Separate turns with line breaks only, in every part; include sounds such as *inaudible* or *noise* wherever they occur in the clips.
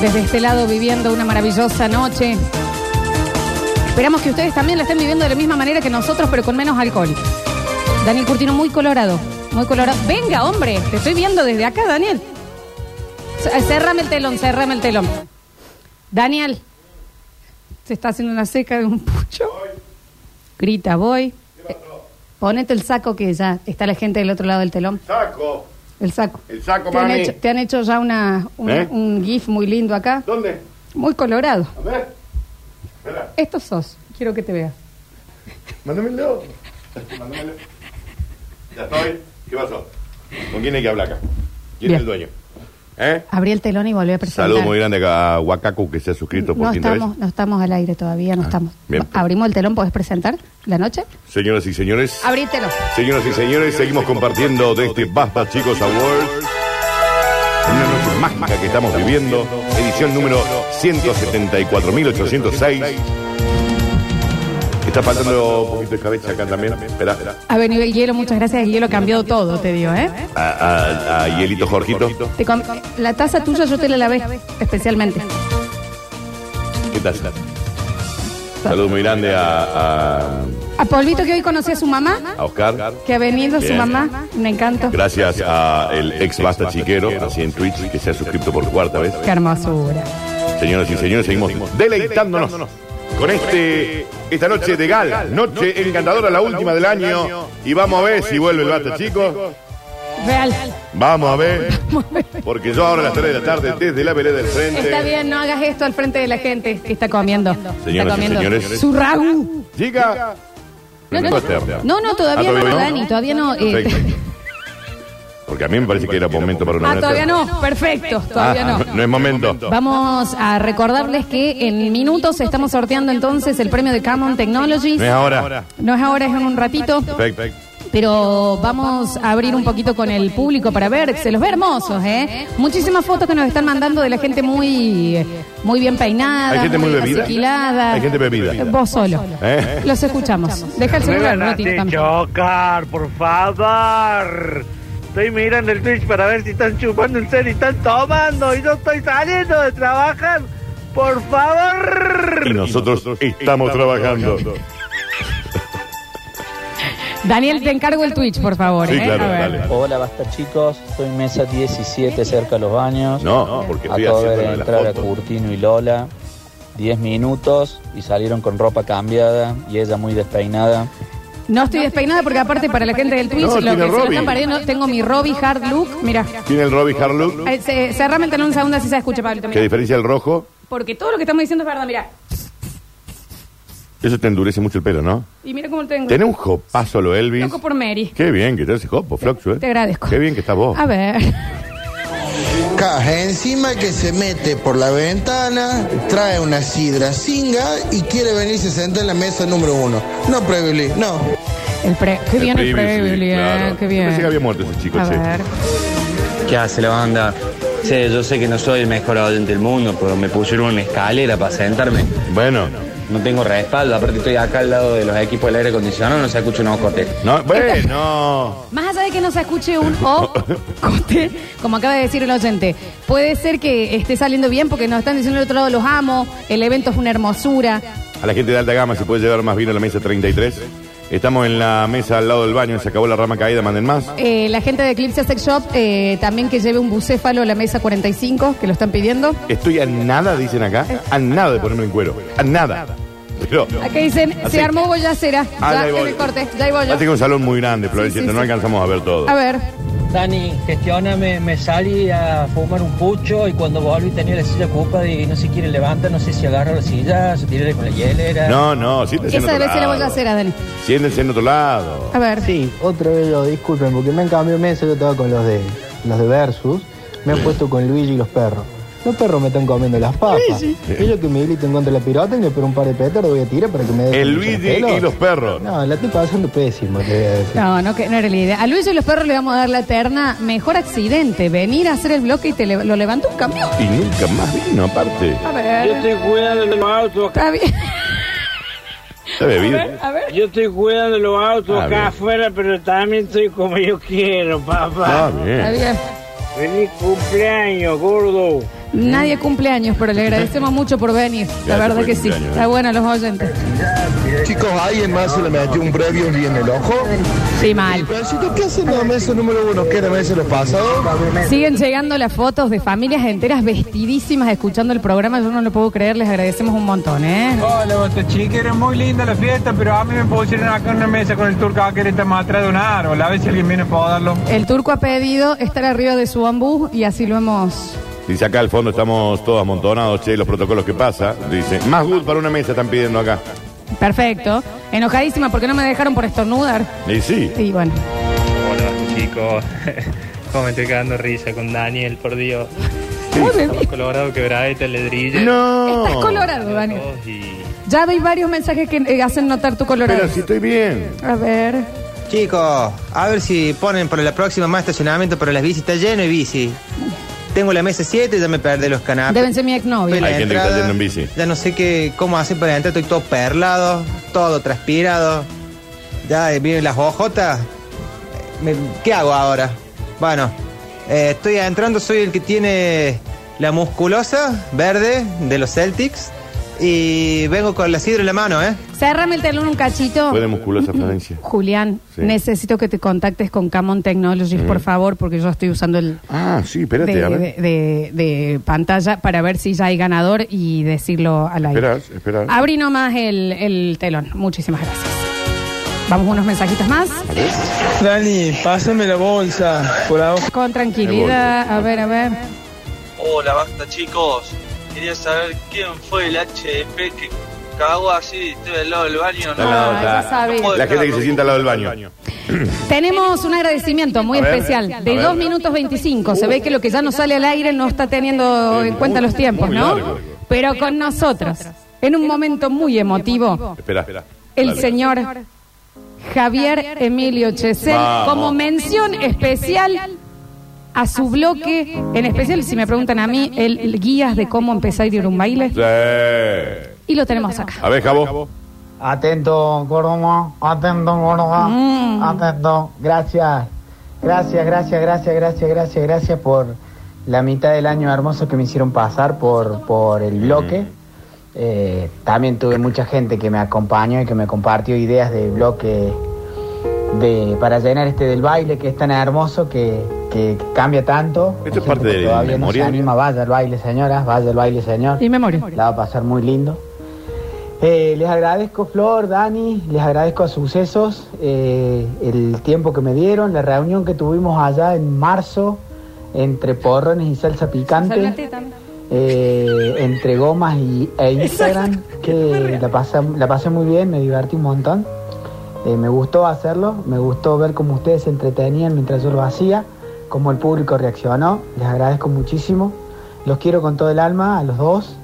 desde este lado viviendo una maravillosa noche. Esperamos que ustedes también la estén viviendo de la misma manera que nosotros, pero con menos alcohol. Daniel Curtino, muy colorado, muy colorado. Venga, hombre, te estoy viendo desde acá, Daniel. C- Cerrame el telón, cerrame el telón. Daniel, se está haciendo una seca de un pucho. Grita, voy. Eh, Ponete el saco que ya está la gente del otro lado del telón.
Saco.
El saco.
El saco,
te, han
mami.
hecho, te han hecho ya una, un,
¿Eh?
un GIF muy lindo acá.
¿Dónde?
Muy colorado.
A ver. Espera,
Estos sos, quiero que te veas.
mándame el dedo. Mándame el dedo. Ya estoy. ¿Qué pasó? ¿Con quién hay que hablar acá? ¿Quién
Bien.
es el dueño? ¿Eh?
Abrí el telón y volví a presentar.
Saludo muy grande acá a Huacacu que se ha suscrito por
no
quinta
estamos, no estamos al aire todavía, no estamos.
Ah, bien.
Abrimos el telón, ¿podés presentar la noche?
vez. Señoras y señores.
Abrí el telón.
Señoras y señores, seguimos compartiendo de este Basta Chicos Award. Una noche mágica que estamos viviendo, edición número 174.806. Está faltando un poquito de cabeza acá también. Espera, espera.
Ha venido el hielo, muchas gracias. El hielo cambió todo, te digo, ¿eh?
A, a- a Ah, Hielito Jorgito.
Te com- la taza tuya yo te la lavé especialmente.
¿Qué tal? Saludos muy grande a, a-
A Polvito que hoy conocí a su mamá,
a Oscar.
que ha venido su
Bien.
mamá, me encanta.
Gracias a el ex Basta Chiquero, así en Twitch, que se ha suscrito por cuarta vez.
Qué hermosura.
Señoras y señores, seguimos deleitándonos con este esta noche de gala, noche encantadora, la última del año. Y vamos a ver si vuelve el basta, chicos.
Real.
Vamos a ver. Porque yo ahora a las 3 de la tarde, desde la vereda del
Está
frente,
bien, no hagas esto al frente de la gente que está comiendo. Está
Señoras y
comiendo
señores.
su ragú.
llega.
No, no, no, no, no, todavía
Ah,
no,
¿todavía no?
Dani, todavía no. eh,
Perfecto. Porque a mí me parece que era momento para
*laughs*
una
Ah, todavía no, perfecto, todavía
Ah,
no.
ah, no es momento.
Vamos a recordarles que en minutos estamos sorteando entonces el premio de Camon Technologies.
No es ahora.
No es ahora, es en un ratito,
Perfecto.
pero vamos a abrir un poquito con el público para ver, se los ve hermosos, ¿eh? Muchísimas fotos que nos están mandando de la gente muy, muy bien peinada,
Hay gente muy bebida.
asequilada.
Hay gente bebida.
Eh, Vos solo.
¿Eh?
Los escuchamos. Deja el celular, no tiene
Déjate
tanto.
chocar, por favor. Estoy mirando el Twitch para ver si están chupando un cero y están tomando. Y yo estoy saliendo de trabajar. Por favor.
Y nosotros estamos trabajando.
Daniel, te encargo el Twitch, por favor.
Sí,
¿eh?
claro,
A ver.
dale.
Hola, basta chicos. Soy mesa 17, cerca de los baños.
No, porque estoy
Acabo
haciendo
de
la de
entrar
las
a
fotos.
Curtino y Lola. 10 minutos y salieron con ropa cambiada y ella muy despeinada.
No estoy despeinada porque aparte para la gente del Twitch,
No,
lo
tiene
que se me
Robbie.
está pariendo, tengo mi Robbie Hard Look. Mira,
¿Tiene el Robbie Harlow?
eh, se- cerrame el telón un segundo así se escucha, Pablito.
¿Qué
mira.
diferencia el rojo?
Porque todo lo que estamos diciendo es verdad, mira.
Eso te endurece mucho el pelo, ¿no?
Y mira cómo lo tengo.
Tenés un jopazo, lo Elvis.
Loco por Mary.
Qué bien que te ese jopo, Floxu, ¿eh?
Te agradezco.
Qué bien que estás vos.
A ver.
Caja encima que se mete por la ventana, trae una sidra singa y quiere venirse a sentar en la mesa número uno. No, Prevely, no.
El pre- qué bien el Previously, eh,
claro.
qué
Yo
bien.
Pensé que había muerto ese chico,
A
che.
ver.
¿Qué hace la banda? Sí, yo sé que no soy el mejor oyente del mundo, pero me pusieron una escalera para sentarme.
Bueno,
No tengo respaldo, aparte estoy acá al lado de los equipos del aire acondicionado, no se escucha un ocote.
no, bueno.
Más allá de que no se escuche
*laughs*
un o, cote, como acaba de decir el oyente, puede ser que esté saliendo bien porque nos están diciendo del otro lado los amo, el evento es una hermosura.
A la gente de alta gama se puede llevar más vino a la mesa 33. Estamos en la mesa al lado del baño, se acabó la rama caída, manden más.
Eh, la gente de Eclipse Sex Shop eh, también que lleve un bucéfalo a la mesa 45, que lo están pidiendo.
Estoy a nada, dicen acá, a nada de ponerme en cuero. A nada. Pero.
Acá dicen,
Así.
se armó boyacera.
Ah,
ya,
ahí
que
voy.
me corte, ya ahí voy yo.
Parece que es un salón muy grande, Florecienta,
Sí, sí,
no
sí.
alcanzamos a ver todo.
A ver,
Dani, gestioname, me salí a fumar un pucho y cuando volví tenía la silla ocupada y no se quiere levantar, no sé si agarro la silla, se tiré con la hielera.
No, no, siéntense en
esa
otro
debe ser la
lado.
boyacera, Dani.
Siéntense en otro lado.
A ver.
Sí, otra vez yo, disculpen, porque me han cambiado mesa, yo estaba con los de los de Versus, me han puesto con Luigi y los perros. Los perros me están comiendo las papas. Ellos que milito en contra de la pirotecnia, pero un par de petardos voy a tirar para que me dejen
El
hinchar
Luigi
pelotas.
y los perros.
No, la estoy pasando pésimo, te voy a decir.
No, no, que no era la idea. A Luis y los perros le vamos a dar la eterna mejor accidente. Venir a hacer el bloque y te le- lo levanta un camión.
Y nunca más vino, aparte.
A ver. Yo estoy cuidando de los autos.
Está bebido.
A ver.
Yo estoy cuidando los autos
Ah,
acá
bien.
afuera, pero también estoy como yo quiero, papá.
Ah,
Está
bien.
Ah.
bien.
Feliz cumpleaños, gordo.
Nadie cumple años, pero le agradecemos mucho por venir. La
Gracias
verdad
por
que
el
sí.
cumpleaños,
Está
eh.
bueno los oyentes.
Chicos, alguien más se le metió un previo y en el ojo.
Sí, mal.
Pero chicos, ¿qué hacen los meses número uno? ¿Qué era meses los pasados?
Siguen llegando las fotos de familias enteras vestidísimas escuchando el programa. Yo no lo puedo creer. Les agradecemos un montón, ¿eh?
Hola, Bota Chica, era muy linda la fiesta, pero a mí me pusieron acá en una mesa con el turca que está más atrás de un árbol. A ver si alguien viene para darlo.
El turco ha pedido estar arriba de su bambú y así lo hemos.
Dice acá al fondo estamos todos amontonados, che, los protocolos que pasa. Dice, más good para una mesa están pidiendo acá.
Perfecto. Enojadísima porque no me dejaron por estornudar.
Y sí,
Sí, bueno.
Hola *laughs* chicos, como me estoy cagando risa con Daniel, por Dios.
Pobre
Estamos
mío.
Colorado quebradita, ledrilla.
Estás
no.
colorado, Daniel.
Todos y
Ya vi varios mensajes que eh, hacen notar tu colorado.
Pero si estoy bien.
A ver.
Chicos, a ver si ponen para la próxima más estacionamiento para las bicis. Está lleno de bici. Tengo la mesa 7, ya me perdí los canapés.
Deben ser mi
Estoy
exnovio.
en
Hay
la
gente que está
entrada,
yendo en bici.
Ya no sé qué, cómo hacer para entrar, estoy todo perlado, todo transpirado. Ya eh, vienen las hojotas. Me- ¿Qué hago ahora? Bueno, eh, estoy entrando, soy el que tiene la musculosa verde de los Celtics. Y vengo con la sidra en la mano, ¿eh?
Cérrame el telón un cachito.
Fue de musculosa Florencia.
Julián,
Sí.
necesito que te contactes con Camon Technologies, por favor, porque yo estoy usando el
*laughs* Ah, sí,
de,
espérate, a ver.
de- de- de pantalla para ver si ya hay ganador y decirlo al aire.
Esperá, esperá.
Abrí nomás el, el telón. Muchísimas gracias. Vamos unos mensajitos más.
Dani, pásame la bolsa. Por abajo.
Con tranquilidad. A ver, a ver.
Hola, basta chicos. Quería saber quién fue el HP que cagó así, estoy al lado del baño.
Está al lado,
Ah,
está-
ya sabía.
La gente que se sienta al lado del baño.
Tenemos un agradecimiento muy
A ver.
especial de
A ver.
2 minutos 25. Se ve que lo que ya no sale al aire no está teniendo
Sí,
en cuenta
muy-
los tiempos,
muy
¿no?
largo.
Pero con nosotros, en un momento muy emotivo,
Espera, espera.
el
Dale.
señor Javier Emilio Chesel
Vamos.
como mención especial a su bloque, en especial si me preguntan a mí, el guías de cómo empezar a ir a un baile.
Sí.
Y lo tenemos acá.
A ver, Jabo.
Atento, Córdoba. Atento, Córdoba.
Mm.
Atento. Gracias. Gracias, gracias, gracias, gracias, gracias, gracias por la mitad del año hermoso que me hicieron pasar por, por el bloque. Eh, también tuve mucha gente que me acompañó y que me compartió ideas de bloque de, para llenar este del baile que es tan hermoso que, que cambia tanto.
Esto es
Hay gente
parte
que
del
todavía no se
memorial.
anima, vaya al baile señoras, vaya al baile señor.
Y memoria.
La va a pasar muy lindo. Eh, les agradezco Flor, Dani, les agradezco a Sucesos eh, el tiempo que me dieron, la reunión que tuvimos allá en marzo entre porrones y salsa picante, eh, entre gomas y, e Instagram, que la pasé, la pasé muy bien, me divertí un montón. Eh, me gustó hacerlo, me gustó ver cómo ustedes se entretenían mientras yo lo hacía, cómo el público reaccionó, les agradezco muchísimo, los quiero con todo el alma a los dos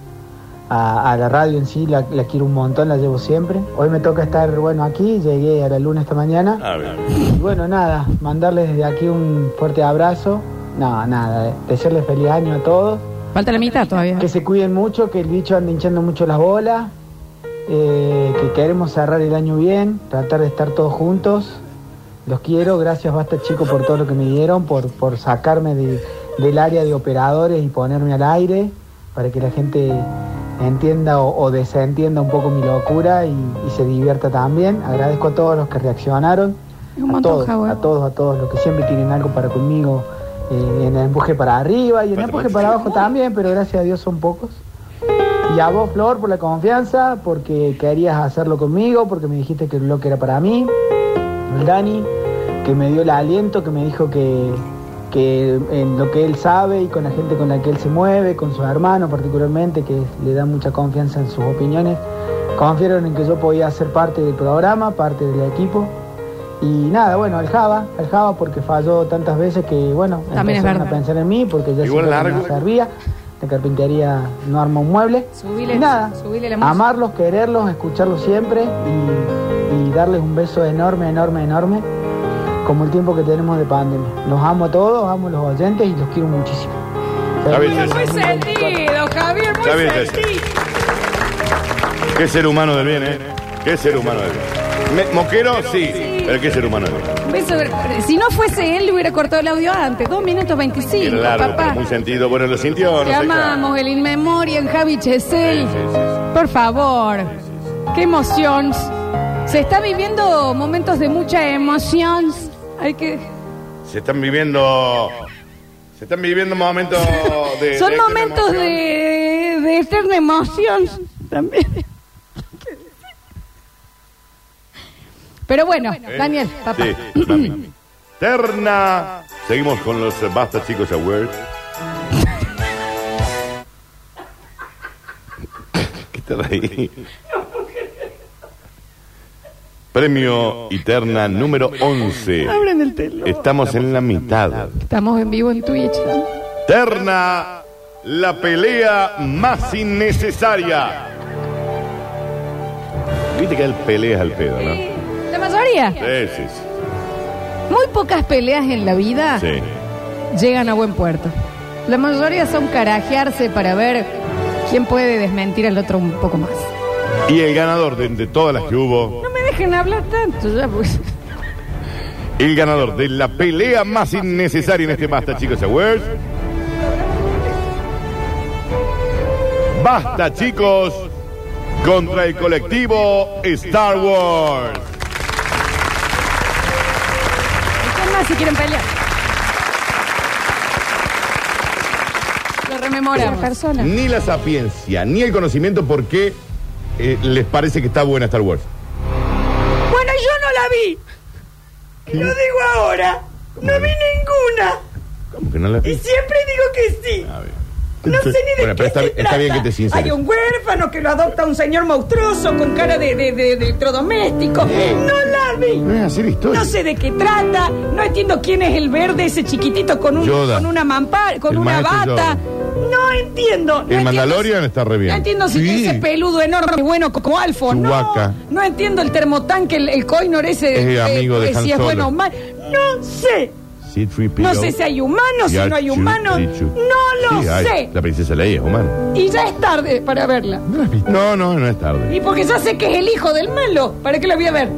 a, a la radio en sí, la, la quiero un montón, la llevo siempre. Hoy me toca estar, bueno, aquí, llegué a la luna esta mañana.
A ver.
Y bueno, nada, mandarles desde aquí un fuerte abrazo. No, nada, eh, desearles feliz año a todos.
Falta la mitad todavía.
Que se cuiden mucho, que el bicho anda hinchando mucho las bolas. eh, que queremos cerrar el año bien, tratar de estar todos juntos. Los quiero, gracias Basta Chico por todo lo que me dieron, por, por sacarme de- del área de operadores y ponerme al aire, para que la gente entienda o, o desentienda un poco mi locura y, y se divierta también. Agradezco a todos los que reaccionaron,
Es un
a
montón,
todos,
Jabo.
a todos, a todos los que siempre tienen algo para conmigo, eh, en el empuje para arriba y en el empuje para abajo también, pero gracias a Dios son pocos. Y a vos, Flor, por la confianza, porque querías hacerlo conmigo, porque me dijiste que el bloque era para mí. El Dani, que me dio el aliento, que me dijo que, que en lo que él sabe y con la gente con la que él se mueve, con su hermano particularmente, que le da mucha confianza en sus opiniones, confiaron en que yo podía ser parte del programa, parte del equipo. Y nada, bueno, al Java, al Java porque falló tantas veces que, bueno,
También es
empezaron a
verdad.
pensar en mí porque ya
Igual
siempre
largo.
me servía. La carpintería no arma un mueble.
Subile-
Y nada,
subile la música.
amarlos, quererlos, escucharlos siempre y, y darles un beso enorme, enorme, enorme, como el tiempo que tenemos de pandemia. Los amo a todos, amo a los oyentes y los quiero muchísimo.
Está bien,
Feliz
Muy
Ceci.
año 2024.
sentido, Javier, muy
Está bien, Ceci.
sentido.
Qué ser humano del bien, ¿eh? Qué ser humano del bien. Me- ¿Moquero? Sí. Pero qué ser humano es.
Beso ver- Si no fuese él, le hubiera cortado el audio antes. Dos minutos
Era
25,
largo, pero
papá.
muy sentido. Bueno, lo sintió,
Te
no sé. claro.
amamos, el Inmemoria en Javi Chesel. Por favor, qué emoción. Se está viviendo momentos de mucha emoción. Hay que...
Se están viviendo. Se están viviendo momentos de.
Son
de-
momentos de, de eterna emoción también. Pero bueno,
Eh,
Daniel, papá.
Sí, mami. *clears throat* Terna. Seguimos con los eh, Basta Chicos Awards. *laughs* ¿Qué te reí? *laughs* Premio Eterna número 11.
Abren el teléfono.
Estamos en la mitad.
Estamos en vivo en Twitch.
Terna, la pelea más innecesaria. Viste que hay peleas al pedo, ¿no? Sí,
La mayoría.
sí, sí.
Muy pocas peleas en la vida
sí.
llegan a buen puerto. La mayoría son carajearse para ver quién puede desmentir al otro un poco más.
Y el ganador de, de todas las que hubo,
No me dejen hablar tanto, ya pues.
el ganador de la pelea más innecesaria en este Basta Chicos Awards. Basta Chicos contra el colectivo Star Wars.
¿Qué más si quieren pelear? Lo rememoramos. Persona.
Ni la sapiencia, ni el conocimiento por qué eh, les parece que está buena Star Wars.
Bueno, yo no la vi. Y Lo digo ahora. No vi ninguna.
¿Cómo que no la
Y siempre digo que sí. No sé ni de qué
Bueno, pero está-
se
está
trata.
bien que te sinceres.
Hay un huérfano que lo adopta un señor monstruoso con cara de, de, de- de electrodoméstico. No la vi.
No es hacer historia.
No sé de qué trata. No entiendo quién es el verde, ese chiquitito con, un,
Yoda.
con una mampa, con
El
una
maestro
bata.
Yoda.
No entiendo. No
El
entiendo
Mandalorian está re bien.
no entiendo si
Sí.
ese peludo enorme, bueno, como Alfo, no.
Chewbacca.
No entiendo el termotanque, el, el coinor ese.
Es
eh,
amigo de
eh,
Han
Si es
Solo.
bueno o mal. No sé.
C-3PO.
No sé si hay humanos, si no hay humanos. No lo
Sí, hay.
sé.
La princesa Leia es humana.
Y ya es tarde para verla.
No, no, no es tarde.
Y porque ya sé que es el hijo del malo. ¿Para qué la voy a ver?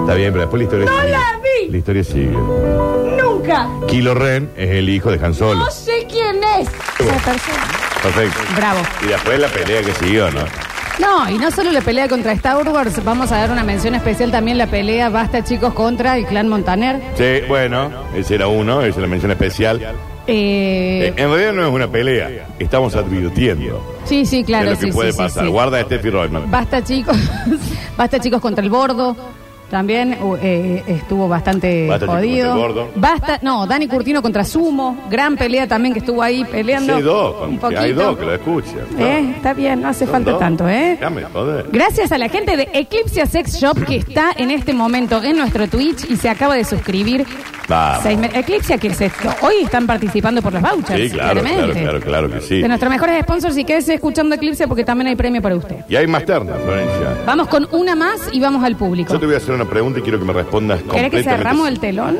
Está bien, pero después la historia
No
sigue.
la vi.
La historia sigue.
Nunca.
Kilo Ren es el hijo de Han Solo.
No sé quién es.
Esa Perfecto.
Bravo.
Y después la pelea que siguió, ¿no?
No, y no solo la pelea contra Star Wars, vamos a dar una mención especial también la pelea Basta Chicos contra el Clan Montaner.
Sí, bueno, ese era uno, esa es la mención especial. Eh,
Eh,
en realidad no es una pelea, estamos advirtiendo
sí, sí, claro,
de lo que
sí,
puede
sí, sí,
pasar.
sí.
Guarda a Steffi Rollman.
Basta Chicos, *laughs* Basta Chicos contra el Bordo. También uh, eh, estuvo bastante
Basta Chicos
jodido.
contra el Bordo.
Basta, no, Dani Curtino contra Sumo, gran pelea también que estuvo ahí
Sí,
peleando.
hay dos, con-
poquito.
hay dos que lo escuchan. ¿no?
Eh, está bien, no hace
Son
falta
dos.
tanto, ¿eh?
Déjame joder.
Gracias a la gente de Eclipse Sex Shop que está en este momento en nuestro Twitch y se acaba de suscribir.
Vamos.
Seis me- Eclipse, que se- hoy están participando por los vouchers.
Sí, claro, claro,
claramente.
claro, claro que sí.
De nuestros mejores sponsors y quédese escuchando Eclipse porque también hay premio para usted.
Y hay más ternas, Florencia.
Vamos con una más y vamos al público.
Yo te voy a hacer una pregunta y quiero que me respondas
¿Querés
completamente.
que cerramos el telón?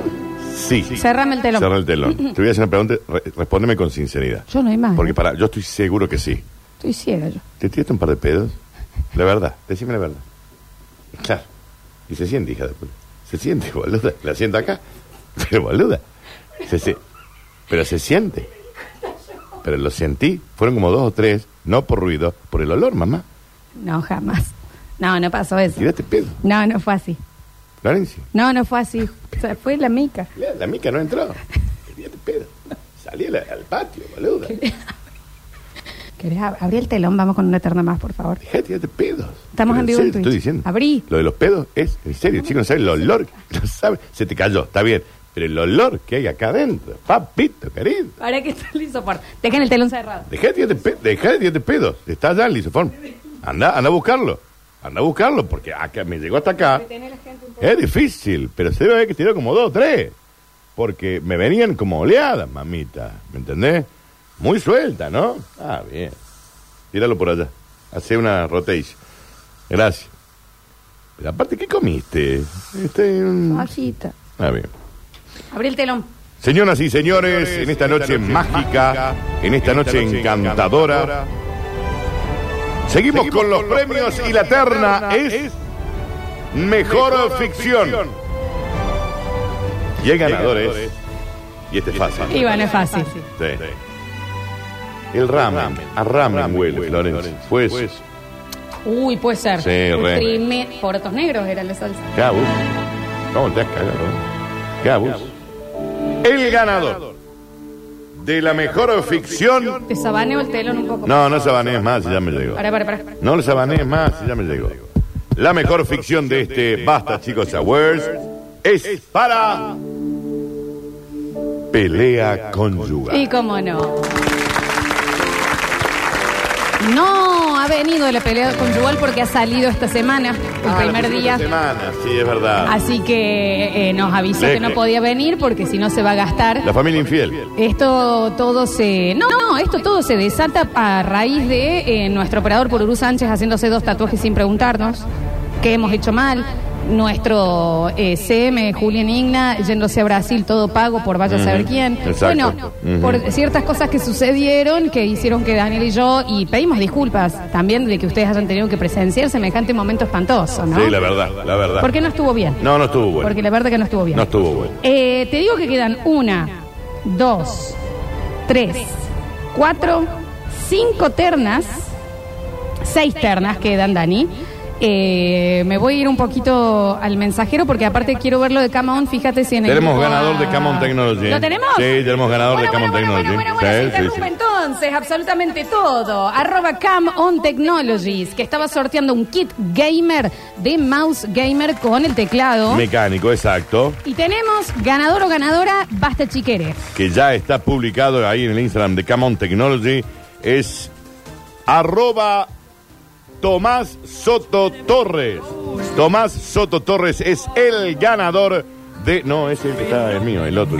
Sí.
Cerrame el telón.
Cerra el
*laughs*
telón. Te voy a hacer una pregunta, re- respóndeme con sinceridad.
Yo no hay más.
Porque para, yo estoy seguro que sí.
Estoy ciega yo.
¿Te tiraste un par de pedos? La verdad, decime la verdad. Claro. Y se siente, hija de puta. Se siente, *laughs* boluda. La siento acá. Pero boluda. Se, se- pero se siente. Pero lo sentí. Fueron como dos o tres, no por ruido, por el olor, mamá.
No, jamás. No, no pasó eso.
Tiraste pedo,
No, no fue así.
Florencia.
No, no fue así. O sea, fue la mica.
La, la mica no entró. Tiraste pedo. Salí al, al patio, boluda.
¿Querés ab- abrir el telón? Vamos con una eterna más, por favor.
Dejá de tirarte pedos.
Estamos
Pero
en vivo
serio
en
te
Twitch.
Estoy diciendo.
Abrí.
Lo de los pedos es en serio, chicos, no saben
*laughs*
el olor. No saben. Se te cayó, está bien. Pero el olor que hay acá adentro, papito, querido.
Para que está listo por. Dejen el telón cerrado.
Dejá de tirarte pe- dejá de tirarte pedos. Está allá en Lisoform. Anda, anda a buscarlo. Anda a buscarlo, porque acá me llegó hasta acá. Es difícil, pero se debe haber que tiró como dos o tres. Porque me venían como oleadas, mamita. ¿Me entendés? Muy suelta, ¿no? Ah, bien. Tíralo por allá. Hace una rotation. Gracias. Pero aparte, ¿qué comiste? Este, mm,
Bajita.
Ah, bien.
Abrí el telón.
Señoras y señores, en esta noche mágica, en esta noche encantadora, seguimos con los premios y la terna es Mejor, ficción. Y hay ganadores. Y este es fácil.
Y bueno, es fácil.
Sí. El ramen. A ramen huele, Florencia. Pues,
Uy, puede ser.
Sí, re.
Ultrime- Puertos Negros era la salsa.
cabus. No, te has cagado. Cabus. El ganador de la mejor ficción.
Te sabaneo el telón un poco.
No, no sabanees más, ya me llegó.
Para, para, para.
No le sabanees más, ya me llegó. La mejor ficción de este Basta Chicos Awards es para Pelea Conyugal.
Y cómo no. No ha venido la pelea conyugal porque ha salido esta semana, el primer día.
Ah, Semana, sí, es verdad.
Así que eh, nos avisó
Leque.
que no podía venir porque si no se va a gastar.
La familia infiel.
Esto todo se. No, no, esto todo se desata a raíz de eh, nuestro operador Pururú Sánchez haciéndose dos tatuajes sin preguntarnos qué hemos hecho mal. Nuestro eh, CM, Julián Igna, yéndose a Brasil, todo pago por vaya a saber
Ujú,
quién.
exacto.
Bueno,
Ujú.
por ciertas cosas que sucedieron que hicieron que Daniel y yo, y pedimos disculpas también de que ustedes hayan tenido que presenciar semejante momento espantoso, ¿no?
Sí, la verdad, la verdad.
Porque no estuvo bien.
No, no estuvo bueno.
Porque la verdad que no estuvo bien.
No estuvo bueno.
Eh, te digo que quedan una, dos, tres, cuatro, cinco ternas, seis ternas quedan, Dani. Eh, me voy a ir un poquito al mensajero porque aparte quiero verlo de Cama On. Fíjate si en el
Tenemos
grupo
ganador de
A-
Camon Technology.
¿Lo tenemos?
Sí, tenemos ganador
Bueno,
de Camon
bueno,
Technology.
Bueno, bueno,
Sí,
se
sí,
interrumpe
sí.
entonces absolutamente todo. Arroba Cam On Technologies, que estaba sorteando un kit gamer de mouse gamer con el teclado.
Mecánico, exacto.
Y tenemos ganador o ganadora, basta chiquere.
que ya está publicado ahí en el Instagram de Camon Technology es arroba Tomás Soto Torres. Tomás Soto Torres es el ganador de... No, ese que está es mío, el otro.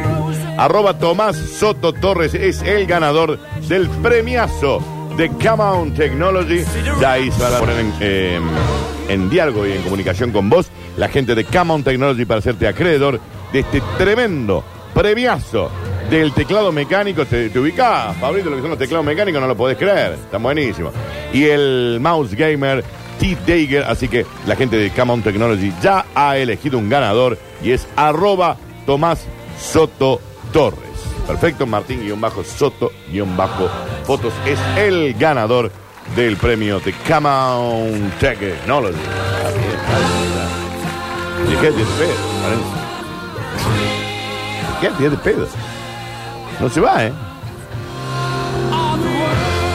Arroba Tomás Soto Torres es el ganador del premiazo de Camon Technology. Ya ahí se van a poner en, eh, en diálogo y en comunicación con vos la gente de Camon Technology para hacerte acreedor de este tremendo premiazo del teclado mecánico. Te, te ubicás, Pablito, lo que son los teclados mecánicos, no lo podés creer. Están buenísimos. Y el mouse gamer T-Dager. Así que la gente de Camon Technology ya ha elegido un ganador y es arroba Tomás Soto Torres. Perfecto, Martín guión bajo Soto guión bajo fotos es el ganador del premio de Camon Technology. Así es, ahí está. ¿Y qué tiene pedo? Florencia? ¿Qué tiene pedo? No se va, ¿eh?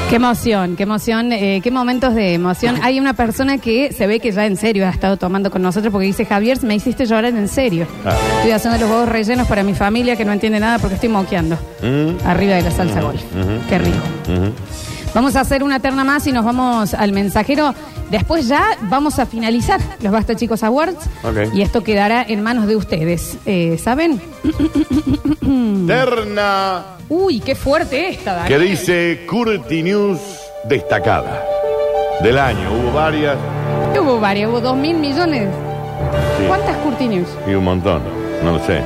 Qué emoción, qué emoción, eh, qué momentos de emoción. Hay una persona que se ve que ya en serio ha estado tomando con nosotros porque dice, Javier, me hiciste llorar en serio.
Ah.
Estoy haciendo los huevos rellenos para mi familia que no entiende nada porque estoy moqueando.
Mm.
Arriba de la salsa
Ujú,
golf.
ujú,
Qué rico.
ujú.
Vamos a hacer una terna más y nos vamos al mensajero. Después ya vamos a finalizar los Basta Chicos Awards.
Ok.
Y esto quedará en manos de ustedes. Eh, ¿Saben?
Terna
Uy, qué fuerte esta, Dani.
que dice Curti News destacada del año. Hubo varias
Hubo varios, hubo dos mil millones.
Sí.
¿Cuántas Curti News?
y un montón. No lo sé.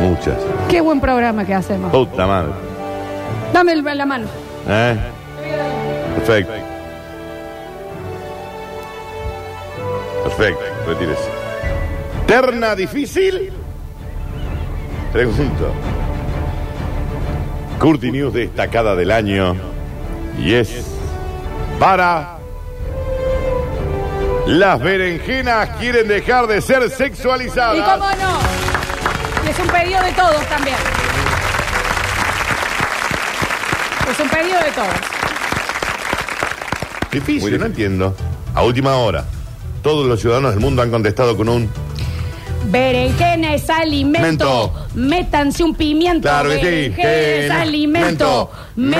Muchas.
Qué buen programa que hacemos.
Puta madre.
Dame el- la mano.
¿Eh? Perfecto. Perfecto, retírese. ¿Terna difícil? Pregunto. Curti News destacada del año. Y es para. Las berenjenas quieren dejar de ser
¿Y
sexualizadas.
cómo no? Es un pedido de todos también. Es un pedido de todos.
Difícil, no entiendo. A última hora, todos los ciudadanos del mundo han contestado con un
Berenjena es alimento.
Mento.
Métanse un pimiento.
Claro que sí.
Berenjena es
Jena.
alimento.
Mento.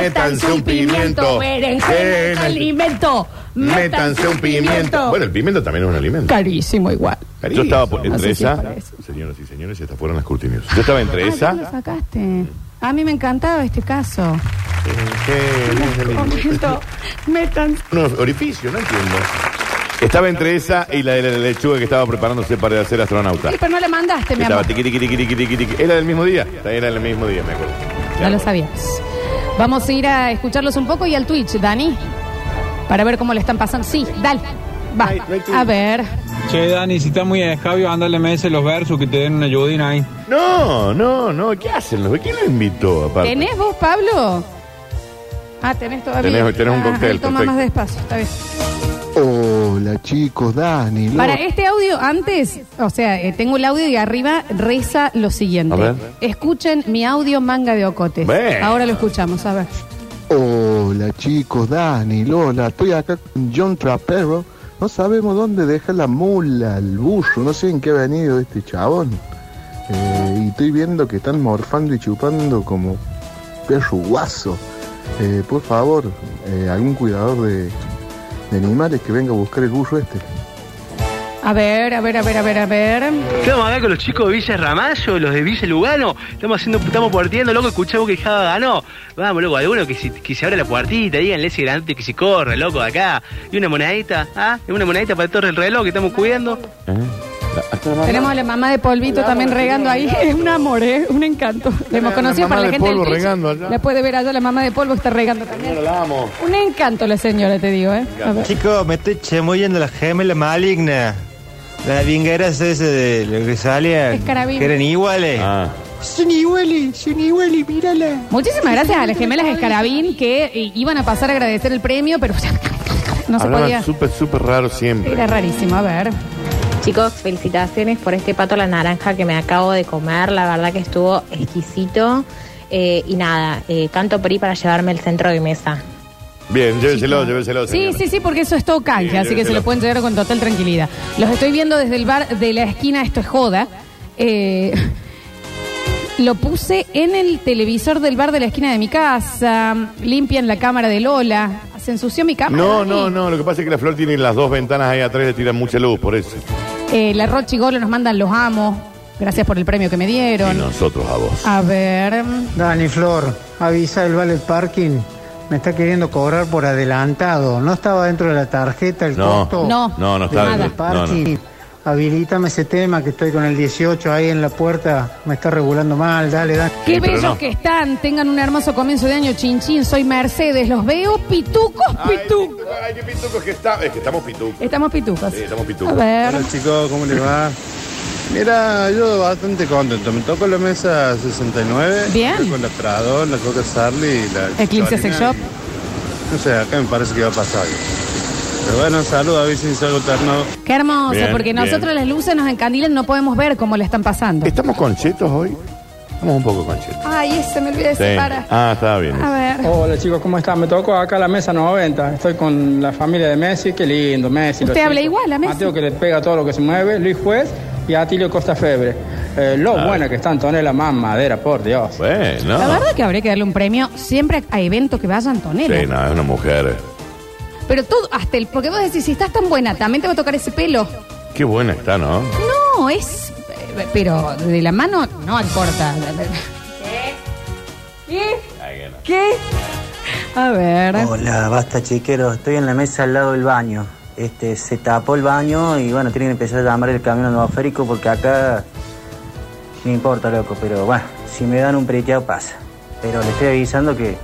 Métanse un pimiento. Berenjena es
Jena.
alimento.
Métanse un pimiento. Bueno, el pimiento también es un alimento.
Carísimo igual.
Yo estaba por-
No sé
entre
si
esa.
parece.
Señoras y señores, estas fueron las curtinios. Yo estaba entre
Ah,
esa.
ya lo sacaste. A mí me encantaba este caso.
Berenjena es alimento.
Momento. Metan.
Unos orificios, no entiendo. Estaba entre esa y la de la lechuga que estaba preparándose para ser astronauta.
Sí, pero no la mandaste, mi
Estaba
amor.
tiqui, tiqui, tiqui, tiqui, tiqui, tiqui. ¿Era del mismo día? Era del mismo día, me acuerdo.
No lo sabíamos. Vamos a ir a escucharlos un poco y al Twitch, Dani, para ver cómo le están pasando. Sí, dale. Va. A ver.
Che, Dani, si estás muy escabio, ándale meses los versos que te den una ayudina ahí.
No, no, no. ¿Qué hacen? los- ¿Quién lo invitó? Aparte?
¿Tenés vos, Pablo? Ah, tenés todavía.
Tenés- tenés un
Ah,
cóctel,
ahí Toma
perfecto.
más despacio, está bien.
Hola chicos, Dani. Lo-
Para este audio, antes, o sea, eh, tengo el audio y arriba reza lo siguiente.
A ver.
Escuchen mi audio manga de ocotes.
Ven.
Ahora lo escuchamos, a ver.
Hola chicos, Dani, Lola. Estoy acá con John Trapero. No sabemos dónde deja la mula, el burro. No sé en qué ha venido este chabón. Eh, y estoy viendo que están morfando y chupando como perro guaso. Eh, por favor, eh, algún cuidador de, de animales que venga a buscar el burro este.
A ver, a ver, a ver, a ver, a ver.
Estamos acá con los chicos de Villa Ramallo, los de Villa Lugano. Estamos haciendo, estamos partiendo, loco. Escuchamos que Java ganó. Vamos, loco, alguno que se, que se abra la puertita, díganle ese grande que se corre, loco, de acá. Y una monedita, ¿ah? Y una monedita para torre el reloj que estamos cuidando.
Tenemos a la mamá de Polvito también regando ahí. *laughs* Es un amor, ¿eh? Un encanto. La hemos
la
conocido
mamá
para la
de
gente del
Polvo
Twitch.
regando allá.
La puede ver allá, la mamá de Polvo está regando también. Un encanto la señora, te digo, ¿eh? A ver.
Chicos, me estoy chamoyando la gemela maligna. Las vingueras esas de lo que salían.
Escarabina.
Que eran iguales.
Ah.
Son iguales, son iguales, mírala. Muchísimas gracias a las gemelas Escarabín que eh, iban a pasar a agradecer el premio, pero *laughs* ya no se
Hablaban
podía.
súper, súper raro siempre.
Era rarísimo, a ver.
Chicos, felicitaciones por este pato a la naranja que me acabo de comer. La verdad que estuvo exquisito. Eh, y nada, eh, canto por ahí para llevarme el centro de mesa.
Bien, lléveselo, lléveselo.
Sí,
señora.
sí, sí, porque eso es todo canje,
Sí,
así que se
lléveselo.
lo pueden llevar con total tranquilidad. Los estoy viendo desde el bar de la esquina, esto es joda. Eh, *laughs* lo puse en el televisor del bar de la esquina de mi casa. Limpian la cámara de Lola. Se ensució mi cámara.
No,
Dani.
no, no. Lo que pasa es que la flor tiene las dos ventanas ahí atrás y le tiran mucha luz, por eso.
Eh, la Rochi Golo nos mandan los amo. Gracias por el premio que me
Y
dieron.
nosotros a vos.
Ah,
A ver.
Dani Flor, avisa el valet parking. Me está queriendo cobrar por adelantado. No estaba dentro de la tarjeta el
No,
costo.
no, no, no estaba
del
dentro.
valet parking.
No,
Habilítame ese tema que estoy con el 18 ahí en la puerta. Me está regulando mal. Dale, Dani.
Qué bellos que están. Tengan un hermoso comienzo de año, chin chin. Soy Mercedes. Los veo pitucos, pitucos.
Ay, qué pitucos que está. Es que estamos pitucos.
Estamos pitucos.
Sí, estamos pitucos.
A ver.
Hola chicos, ¿cómo les va? Mira, yo bastante contento. Me toco la mesa 69.
Bien.
Con la Prado, la Coca Charlie y la.
Eclipse Sex
Carolina.
Shop.
No sé, acá me parece que va a pasar algo. Pero bueno, saludos a ver si salgo Terno.
Qué hermoso,
Bien,
porque
bien.
nosotros las luces nos encandilan, no podemos ver cómo le están pasando.
¿Estamos conchetos hoy? Estamos un poco conchetos.
Ay, ese me olvidé de
Sí.
separar.
Ah, está bien.
A ver.
Hola chicos, ¿cómo están? Me tocó acá la mesa 90. Estoy con la familia de Messi. Qué lindo, Messi. lo
Usted habla
siento.
igual a Messi.
Mateo que le pega todo lo que se mueve. Luis Juez y Atilio Costa Febre. Eh, lo bueno que está Antonella más madera, por Dios.
Bueno.
La verdad que habría que darle un premio siempre a eventos que vaya Antonella.
Sí, no, es una mujer.
Pero todo, hasta el. Porque vos decís, si estás tan buena, también te va a tocar ese pelo.
Qué buena está, ¿no?
No, es. eh, Pero de la mano no corta. ¿Qué? ¿Qué? A ver.
Hola, basta chiqueros, estoy en la mesa al lado del baño. Este, se tapó el baño y bueno, tienen que empezar a llamar el camión atmosférico porque acá no importa, loco, pero bueno, si me dan un periqueado pasa. Pero le estoy avisando que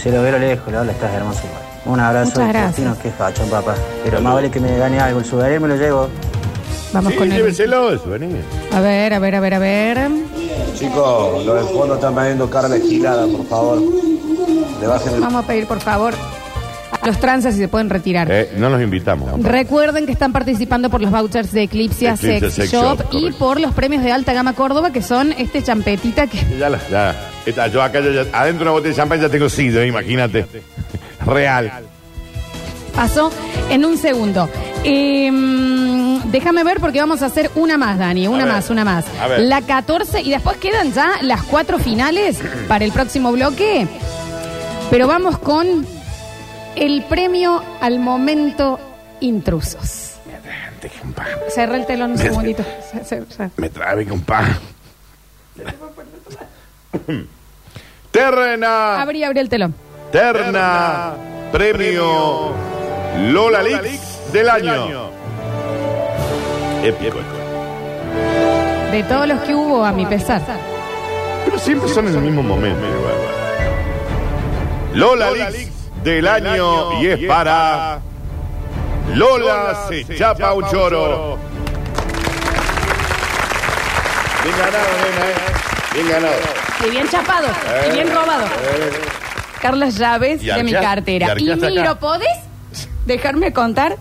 se lo veo a lo lejos, la ola estás hermoso igual. Un abrazo,
Muchas gracias.
Justino, que fachón, papá. Pero más vale que me gane algo, el sugaré me lo llevo.
Vamos
Sí,
con él.
lléveselo, eso, vení.
A ver, a ver, a ver, a ver.
Chicos, los de fondo están vendiendo carne gilada, por favor. Le bajen el...
Vamos a pedir, por favor, a los tranzas si se pueden retirar.
Eh, no los invitamos. tampoco.
Recuerden que están participando por los vouchers de Eclipse,
Eclipse
Sex,
Sex
Shop,
Shop,
y
correcto.
por los premios de alta gama Córdoba, que son este champetita que. *laughs*
Ya, la- ya. Está, yo acá, ya, ya- adentro de una botella de champán ya tengo sido, eh, imagínate. Real.
Pasó en un segundo. Eh, mm, déjame ver porque vamos a hacer una más, Dani. Una
A ver.
más, una más.
A ver.
La 14 y después quedan ya las cuatro finales para el próximo bloque. Pero vamos con el premio al momento intrusos. Cerré el telón un segundito. Se- se- se-
Me trae, compa. Terrena.
Abrí, abrí el telón.
Terna, premio Lola Lix del año. Épico.
De todos los que hubo, a mi pesar.
Pero siempre son en el mismo momento. igual. Lola Lix del año y es para Lola se, chapa, un choro. Bien ganado, nena, eh. Bien ganado.
Y bien chapado,
Eh,
y bien robado.
eh.
Carlos las llaves
Y
de mi
arqueaste- y
cartera. Y,
arqueaste acá.
miro, ¿podés dejarme contar?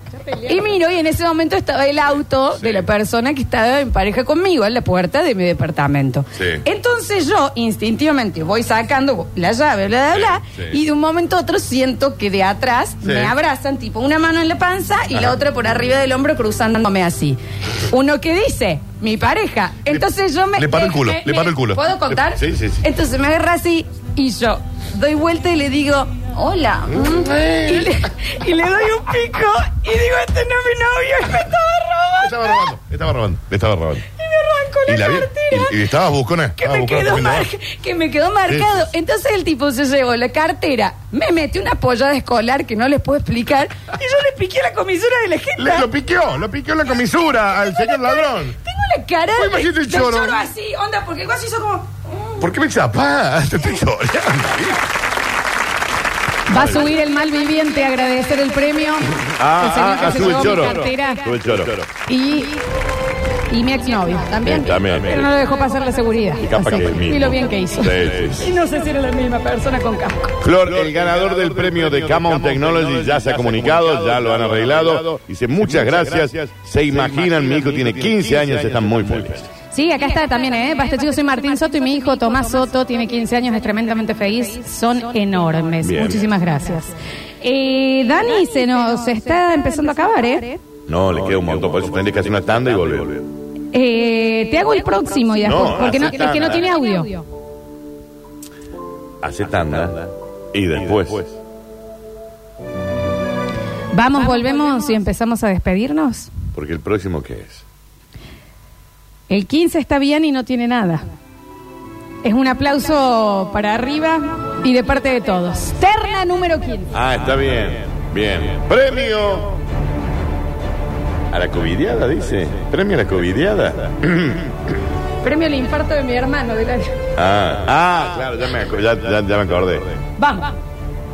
Y miro, y en ese momento estaba el auto de la persona que estaba en pareja conmigo en la puerta de mi departamento.
Sí.
Entonces yo instintivamente voy sacando la llave, bla, bla, bla,
Sí, sí.
y de un momento a otro siento que de atrás
Sí.
me abrazan, tipo una mano en la panza y la
Ajá.
otra por arriba del hombro cruzándome así. Uno que dice, mi pareja. Entonces yo me...
le paro el culo,
eh,
le paro el culo.
¿Puedo contar?
Sí, sí, sí.
Entonces me agarra así y yo doy vuelta y le digo, hola. mm, Y le, y le doy un pico y digo, este no es mi novio y me estaba robando.
Estaba robando. Le estaba robando, le estaba robando.
Y me arrancó
Y
la,
la vi-
cartera.
y, y estabas buscona.
Que me, quedó mar- que me quedó marcado. Entonces el tipo se llevó la cartera, me metió una pollada escolar que no les puedo explicar, y yo le piqué la comisura de la gente.
Le- lo piqueó, lo piqueó la comisura al señor ladrón.
Tengo la cara
Pues
de,
imagínate el
del
choro.
choro así, onda, porque el guaso hizo como...
¿Por qué me chapás? *laughs* Te estoy llorando.
Va a subir el mal viviente a agradecer el premio. El señor que se
Ah, sube el
llevó mi
choro.
cartera.
Sube el choro.
Y, y mi exnovio también.
Sí, también.
Pero no lo dejó pasar la seguridad.
Y capaz
Así.
que el mismo.
Y lo bien que hizo.
Sí, sí, sí.
Y no sé si era la misma persona con casco.
Flor, el ganador del premio de Camon Technology ya se ha comunicado, ya lo han arreglado. Dice, muchas gracias. Se imaginan, mi hijo tiene 15 años, están muy felices.
Sí, acá está también, ¿eh? Basta, chicos, soy Martín Soto y mi hijo Tomás Soto tiene 15 años, es tremendamente feliz. Son enormes.
Bien.
Muchísimas gracias. Eh, Dani, se nos está empezando a acabar, ¿eh?
No, le queda un montón, por eso tendría que hacer una tanda y volver.
Eh, te hago el próximo ya,
No,
porque no,
hace
es que no
tanda.
tiene audio.
Hace tanda y después.
Vamos, volvemos y empezamos a despedirnos.
Porque el próximo, ¿qué es?
El 15 está bien y no tiene nada. Es un aplauso para arriba y de parte de todos. Terna número 15.
Ah, está bien. Bien. Premio. A la covidiada, dice. Premio a la covidiada.
Premio al infarto de mi hermano. del año.
Ah, ah, claro, ya me, aco- ya- ya- ya me acordé.
Vamos.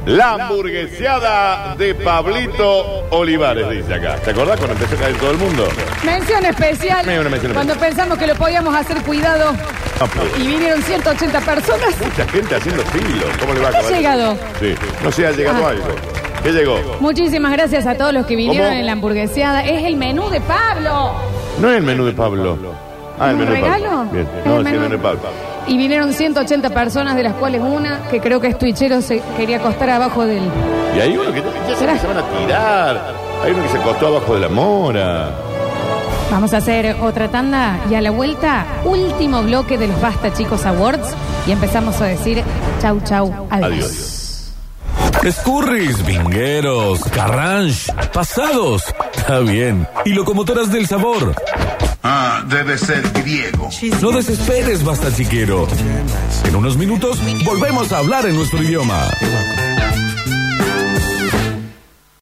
La hamburgueseada de Pablito Olivares, dice acá. ¿Te acordás cuando empezó a caer todo el mundo?
Mención especial.
Me, una mención
Cuando pensamos que lo podíamos hacer, cuidado.
No, pues,
Y vinieron 180 personas.
mucha gente haciendo filo. ¿Cómo le va a
¿Qué ha
acabar?
llegado?
Sí, no sé, ha llegado
Ah.
algo. ¿Qué llegó?
Muchísimas gracias a todos los que vinieron
¿Cómo?
en la hamburgueseada. Es el menú de Pablo.
No es el menú de Pablo. Ah, el
¿Un
menú de Pablo.
regalo?
Bien.
Es
No,
el
es el
menú.
menú de Pablo.
Y vinieron 180 personas, de las cuales una, que creo que es tuichero, se quería acostar abajo del...
Y hay uno que ya se empezaban a tirar. Hay uno que se acostó abajo de la mora.
Vamos a hacer otra tanda y a la vuelta, último bloque de los Basta Chicos Awards y empezamos a decir chau chau, adiós.
Escurris, vingueros, carranche, pasados. Está bien. Y locomotoras del sabor. Ah, debe ser griego. No desesperes, basta chiquero. En unos minutos volvemos a hablar en nuestro idioma.